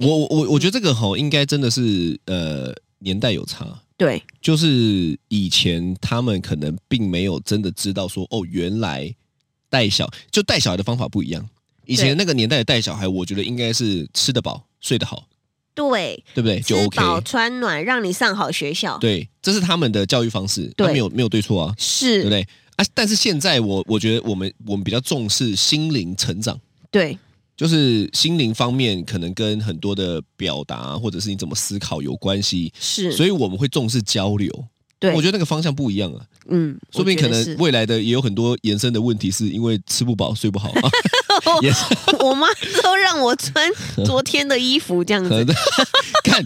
Speaker 3: 我我我我觉得这个吼，应该真的是呃年代有差，
Speaker 2: 对，
Speaker 3: 就是以前他们可能并没有真的知道说哦，原来带小就带小孩的方法不一样。以
Speaker 2: 对
Speaker 3: 前那个年代的带小孩，我觉得应该是吃得饱、睡得好，
Speaker 2: 对，
Speaker 3: 对不对？就
Speaker 2: 吃
Speaker 3: OK。
Speaker 2: 饱穿暖，让你上好学校。
Speaker 3: 对，这是他们的教育方式，
Speaker 2: 对
Speaker 3: 他没有没有对错啊，对不
Speaker 2: 是，
Speaker 3: 对？啊，但是现在我我觉得我们我们比较重视心灵成长，
Speaker 2: 对，
Speaker 3: 就是心灵方面可能跟很多的表达或者是你怎么思考有关系，
Speaker 2: 是，
Speaker 3: 所
Speaker 2: 以
Speaker 3: 以我们会重视交流。
Speaker 2: 对
Speaker 3: 我觉得那个方向不一样啊，
Speaker 2: 嗯，
Speaker 3: 说不定可
Speaker 2: 我觉得
Speaker 3: 能
Speaker 2: 是
Speaker 3: 未来的也有很多延伸的问题，是因为吃不饱、睡不好， 啊、也是
Speaker 2: 我妈都让我 穿昨天的衣服这样
Speaker 3: 可能
Speaker 2: 子。
Speaker 3: 的。 看，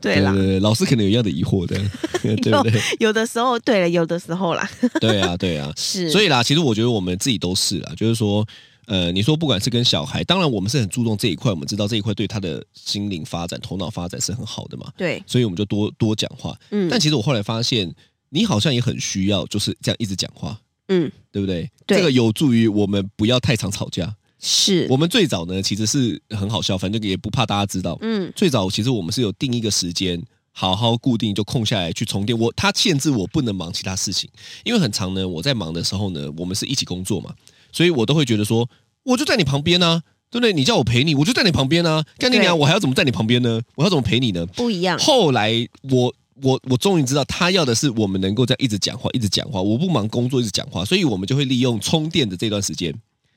Speaker 2: 对啦
Speaker 3: 对，对，老师可能有一样的 疑惑的，对不对？
Speaker 2: 有的时候对了，有的时候啦，
Speaker 3: 对啊，对啊。
Speaker 2: 是，
Speaker 3: 所
Speaker 2: 以
Speaker 3: 以啦，其实我觉得我们自己都是啦，就是说，呃，你说不管是跟小孩，当然我们是很注重这一块，我们知道这一块对他的心灵发展、头脑发展是很好的嘛，
Speaker 2: 对，
Speaker 3: 所以我们就多多讲话。
Speaker 2: 嗯，
Speaker 3: 但其实我后来发现，你好像也很需要就是这样一直讲话，
Speaker 2: 嗯，
Speaker 3: 对不对？
Speaker 2: 对
Speaker 3: 这个有助于我们不要太常吵架。
Speaker 2: 是，
Speaker 3: 我们最早呢，其实是很好笑，反正也不怕大家知道。
Speaker 2: 嗯，
Speaker 3: 最早其实我们是有定一个时间，好好固定就空下来去充电。我他限制我不能忙其他事情，因为很长呢，我在忙的时候呢，我们是一起工作嘛，所以我都会觉得说，我就在你旁边啊，对不对？你叫我陪你，我就在你旁边啊，干你娘，
Speaker 2: 对嗯
Speaker 3: 我还要怎么在你旁边呢？我要怎么陪你呢？
Speaker 2: 不一样，
Speaker 3: 后来我。我我终于知道，他要的是我们能够这样一直讲话，一直讲话。我不忙工作，一直讲话，所以我们就会利用充电的这段时间，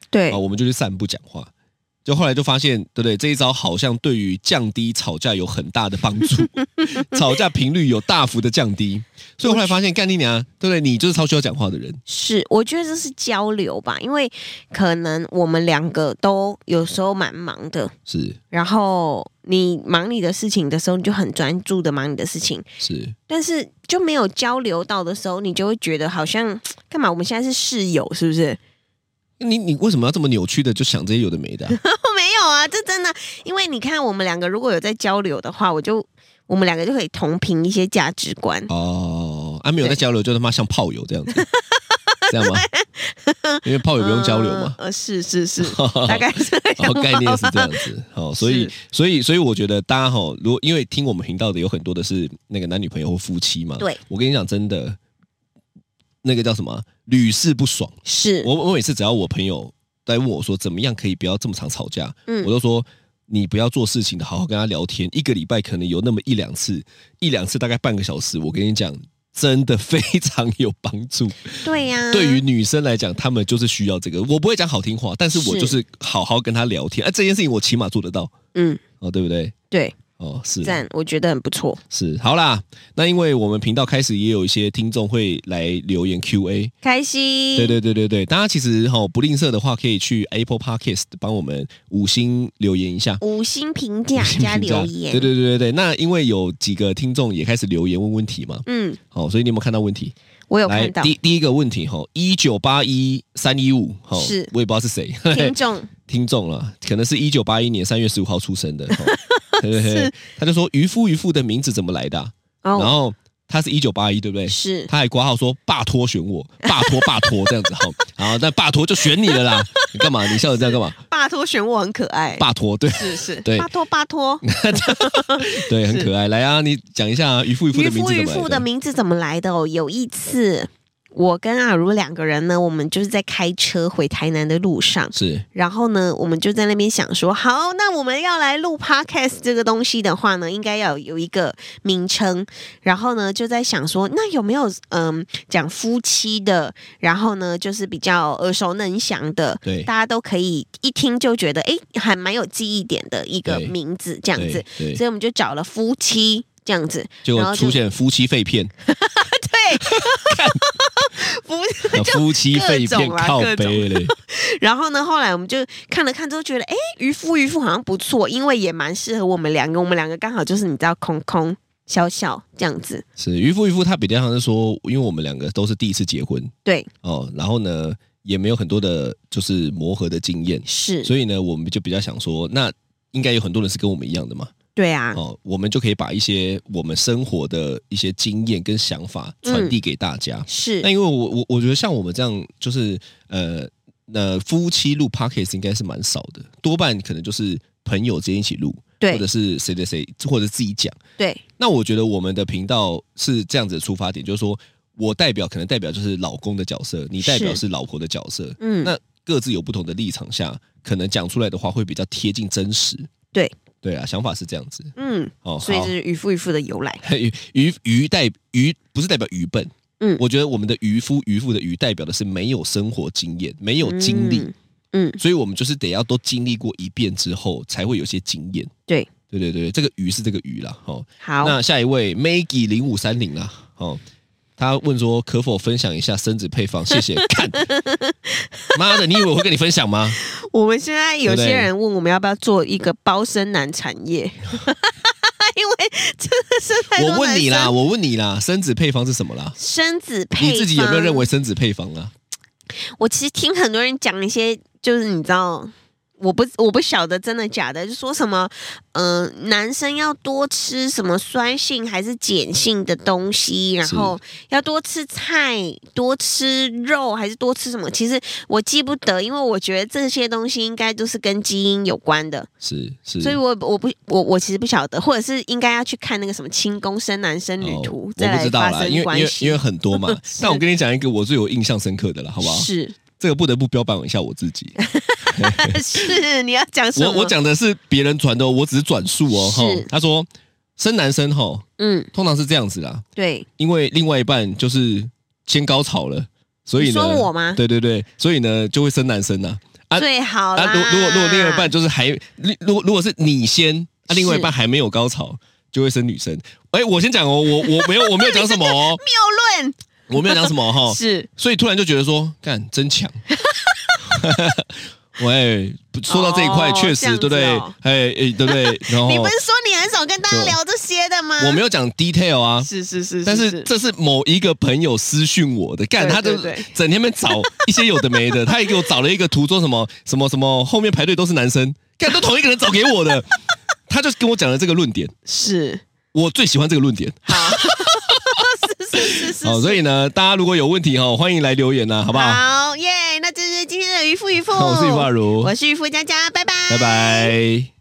Speaker 2: 对
Speaker 3: 啊，，我们就去散步讲话。就后来就发现，对不对？这一招好像对于降低吵架有很大的帮助， 吵架频率有大幅的降低。所以我后来发现，干你娘，对不对？你就是超需要讲话的人，
Speaker 2: 是，我觉得这是交流吧，因为可能我们两个都有时候蛮忙的，
Speaker 3: 是
Speaker 2: 然后你忙你的事情的时候，你就很专注的忙你的事情，
Speaker 3: 是，
Speaker 2: 但是就没有交流到的时候，你就会觉得好像干嘛？我们现在是室友是不是？
Speaker 3: 你你为什么要这么扭曲的就想这些有的没的啊、
Speaker 2: 没有啊，这真的，因为你看我们两个如果有在交流的话，我就我们两个就可以同频一些价值观。
Speaker 3: 哦，啊，没有在交流，就他妈像炮友这样子，这样吗？因为炮友不用交流嘛。
Speaker 2: 呃，呃是是是， 大概是这
Speaker 3: 然
Speaker 2: 样
Speaker 3: 后
Speaker 2: 吧
Speaker 3: 哦概念是这样子，好，所以
Speaker 2: 是
Speaker 3: 所以所以我觉得大家哈，如果因为听我们频道的有很多的是那个男女朋友或夫妻嘛，
Speaker 2: 对，
Speaker 3: 我跟你讲真的，那个叫什么啊屡试不爽。
Speaker 2: 是，
Speaker 3: 我我每次只要我朋友在问我说怎么样可以不要这么常吵架，我
Speaker 2: 嗯，
Speaker 3: 都说你不要做事情的，好好跟他聊天，一个礼拜可能有那么一两次，一两次大概半个小时，我跟你讲。真的非常有帮助。
Speaker 2: 对呀、
Speaker 3: 对于女生来讲，她们就是需要这个。我不会讲好听话，但是我
Speaker 2: 是
Speaker 3: 就是好好跟她聊天。啊，这件事情我起码做得到。
Speaker 2: 嗯，
Speaker 3: 哦，对不对？
Speaker 2: 对，
Speaker 3: 哦，是啦
Speaker 2: 赞，我觉得很不错。
Speaker 3: 是，好啦，那因为我们频道开始也有一些听众会来留言 Q&A，
Speaker 2: 开心。
Speaker 3: 对对对对对，大家其实哈、哦、不吝啬的话，可以去 Apple Podcast 帮我们五星留言一下。
Speaker 2: 五星评价
Speaker 3: 五星
Speaker 2: 加
Speaker 3: 评价
Speaker 2: 留言。
Speaker 3: 对对对对对。那因为有几个听众也开始留言问问题嘛，
Speaker 2: 嗯，
Speaker 3: 好、所以你有没有看到问题？
Speaker 2: 我有
Speaker 3: 来，
Speaker 2: 看到
Speaker 3: 第第一个问题哈，哦一九八一三一五，哈，
Speaker 2: 是
Speaker 3: 我也不知道是谁，
Speaker 2: 听众，
Speaker 3: 听众了，可能是一九八一年三月十五号出生的，齁 对对对
Speaker 2: 是，
Speaker 3: 他就说渔夫渔妇的名字怎么来的啊、 然
Speaker 2: 哦，
Speaker 3: 后他是一九八一，对不对？
Speaker 2: 是
Speaker 3: 他还挂号说拜托选我， 拜托拜托这样子哈，然后那拜托就选你了啦， 你干嘛？你笑成这样 干嘛？
Speaker 2: 巴托选我很可爱，
Speaker 3: 拜托，对
Speaker 2: 是是，
Speaker 3: 对
Speaker 2: 巴托巴托，
Speaker 3: 对， 很可爱。来啊，你讲一下啊渔夫渔妇
Speaker 2: 渔
Speaker 3: 的名
Speaker 2: 夫
Speaker 3: 字
Speaker 2: 渔
Speaker 3: 怎么
Speaker 2: 夫的
Speaker 3: 来的？
Speaker 2: 名字怎么来的哦？有一次我跟阿如两个人呢，我们就是在开车回台南的路上，
Speaker 3: 是
Speaker 2: 然后呢，我们就在那边想说，好，那我们要来录 podcast 这个东西的话呢，应该要有一个名称。然后呢，就在想说，那有没有嗯讲夫妻的，然后呢就是比较耳熟能详的，
Speaker 3: 对
Speaker 2: 大家都可以一听就觉得诶，还蛮有记忆点的一个
Speaker 3: 对
Speaker 2: 名字这样子。
Speaker 3: 对，对
Speaker 2: 所以我们就找了夫妻这样子，
Speaker 3: 结
Speaker 2: 然
Speaker 3: 果
Speaker 2: 后就
Speaker 3: 出现夫妻肺片，
Speaker 2: 对，不是
Speaker 3: 啊夫妻肺
Speaker 2: 各
Speaker 3: 片
Speaker 2: 种啦啊
Speaker 3: 靠
Speaker 2: 各种
Speaker 3: 背嘞，
Speaker 2: 然后呢，后来我们就看了看，之后觉得，哎，渔夫渔夫好像不错，因为也蛮适合我们两个，我们两个刚好就是你知道，空空小小这样子，
Speaker 3: 是渔夫渔夫他比较像是说，因为我们两个都是第一次结婚
Speaker 2: 对，
Speaker 3: 哦，然后呢也没有很多的就是磨合的经验，
Speaker 2: 是，
Speaker 3: 所以呢我们就比较想说，那应该有很多人是跟我们一样的嘛，
Speaker 2: 对啊，
Speaker 3: 哦，我们就可以把一些我们生活的一些经验跟想法传递给大家。
Speaker 2: 嗯是
Speaker 3: 那，因为我我我觉得像我们这样，就是呃呃夫妻录 podcast 应该是蛮少的，多半可能就是朋友之间一起录，或
Speaker 2: 对
Speaker 3: 者是谁谁谁，或者自己讲。
Speaker 2: 对，
Speaker 3: 那我觉得我们的频道是这样子的出发点，就是说我代表可能代表就是老公的角色，你代表
Speaker 2: 是
Speaker 3: 是老婆的角色，
Speaker 2: 嗯，
Speaker 3: 那各自有不同的立场下，可能讲出来的话会比较贴近真实。
Speaker 2: 对
Speaker 3: 对啊，想法是这样子
Speaker 2: 嗯，
Speaker 3: 哦。
Speaker 2: 所以
Speaker 3: 好
Speaker 2: 这是渔夫渔夫的由来，
Speaker 3: 愚愚愚代愚不是代表愚笨，
Speaker 2: 嗯
Speaker 3: 我觉得我们的渔夫渔妇的愚代表的是没有生活经验，没有经历，
Speaker 2: 嗯，嗯
Speaker 3: 所以我们就是得要都经历过一遍之后，才会有些经验。
Speaker 2: 对，
Speaker 3: 对对对，这个鱼是这个鱼啦。哦，
Speaker 2: 好，
Speaker 3: 那下一位 Maggie 零五三零啦，哦，他问说可否分享一下生殖配方？ 谢谢。看，妈的，你以为我会跟你分享吗？
Speaker 2: 我们现在有
Speaker 3: 对
Speaker 2: 些
Speaker 3: 不对
Speaker 2: 人问我们要不要做一个包生男产业， 因为真的是太多
Speaker 3: 我问你
Speaker 2: 男
Speaker 3: 啦，
Speaker 2: 生，
Speaker 3: 我问你啦，生殖配方是什么啦？
Speaker 2: 生子配
Speaker 3: 你自己有没有
Speaker 2: 方
Speaker 3: 认为生殖配方啊？
Speaker 2: 我其实听很多人讲一些，就是你知道，我不我不晓得真的假的，就说什么，嗯、男生要多吃什么酸性还是碱性的东西，然后要多吃菜、多吃肉还是多吃什么？其实我记不得，因为我觉得这些东西应该都是跟基因有关的，
Speaker 3: 是是，
Speaker 2: 所以我我不我我其实不晓得，或者是应该要去看那个什么清宫生男生女图，
Speaker 3: 哦
Speaker 2: 再
Speaker 3: 我不
Speaker 2: 来
Speaker 3: 知道
Speaker 2: 发
Speaker 3: 啦，因
Speaker 2: 生
Speaker 3: 为
Speaker 2: 关
Speaker 3: 因为因
Speaker 2: 系
Speaker 3: 为。很 多嘛
Speaker 2: 是。
Speaker 3: 但我跟你讲一个我最有印象深刻的了，好不好？
Speaker 2: 是
Speaker 3: 这个不得不标榜一下我自己。
Speaker 2: 是，你要讲 什么？
Speaker 3: 我我讲的是别人传的哦，我只是转述哦。
Speaker 2: 是
Speaker 3: 哈，他说生男生哈，
Speaker 2: 嗯，
Speaker 3: 通常是这样子啦，
Speaker 2: 对，
Speaker 3: 因为另外一半就是先高潮了，所以呢，
Speaker 2: 你说我吗
Speaker 3: 对对对，所以呢就会生男生呐。啊
Speaker 2: 最好啦。
Speaker 3: 啊，如如果如果另外一半就是还，如果如果是你先，啊，另外一半还没有高潮，就会生女生。哎，我先讲哦，我我没有我没有讲什么 哦，
Speaker 2: 谬论、
Speaker 3: 我没有讲什么哦哈。
Speaker 2: 是
Speaker 3: 所以突然就觉得说，干真强。 喂，不说到这一块，
Speaker 2: 哦
Speaker 3: 确实
Speaker 2: 这样子
Speaker 3: 对不对？
Speaker 2: 哦
Speaker 3: 哎哎，对不对？然
Speaker 2: 你
Speaker 3: 后
Speaker 2: 不是说你很少跟大家聊这些的吗？
Speaker 3: 我没有讲 detail 啊，
Speaker 2: 是是是，
Speaker 3: 但是这是某一个朋友私讯我的，干
Speaker 2: 对
Speaker 3: 他就
Speaker 2: 对对
Speaker 3: 整天们找一些有的没 的，他也给我找了一个图，说什么什么什么后面排队都是男生，干都同一个人找给我 的，他就跟我讲了这个论点，
Speaker 2: 是
Speaker 3: 我最喜欢这个论点。 哦
Speaker 2: 好，是是是是，
Speaker 3: 好，所以呢，大家如果有问题哈，欢迎来留言啊呐，好不好？
Speaker 2: 好耶那这是今天的渔夫渔夫，
Speaker 3: 好我是余化如
Speaker 2: 我是渔夫佳佳，拜拜，
Speaker 3: 拜。拜。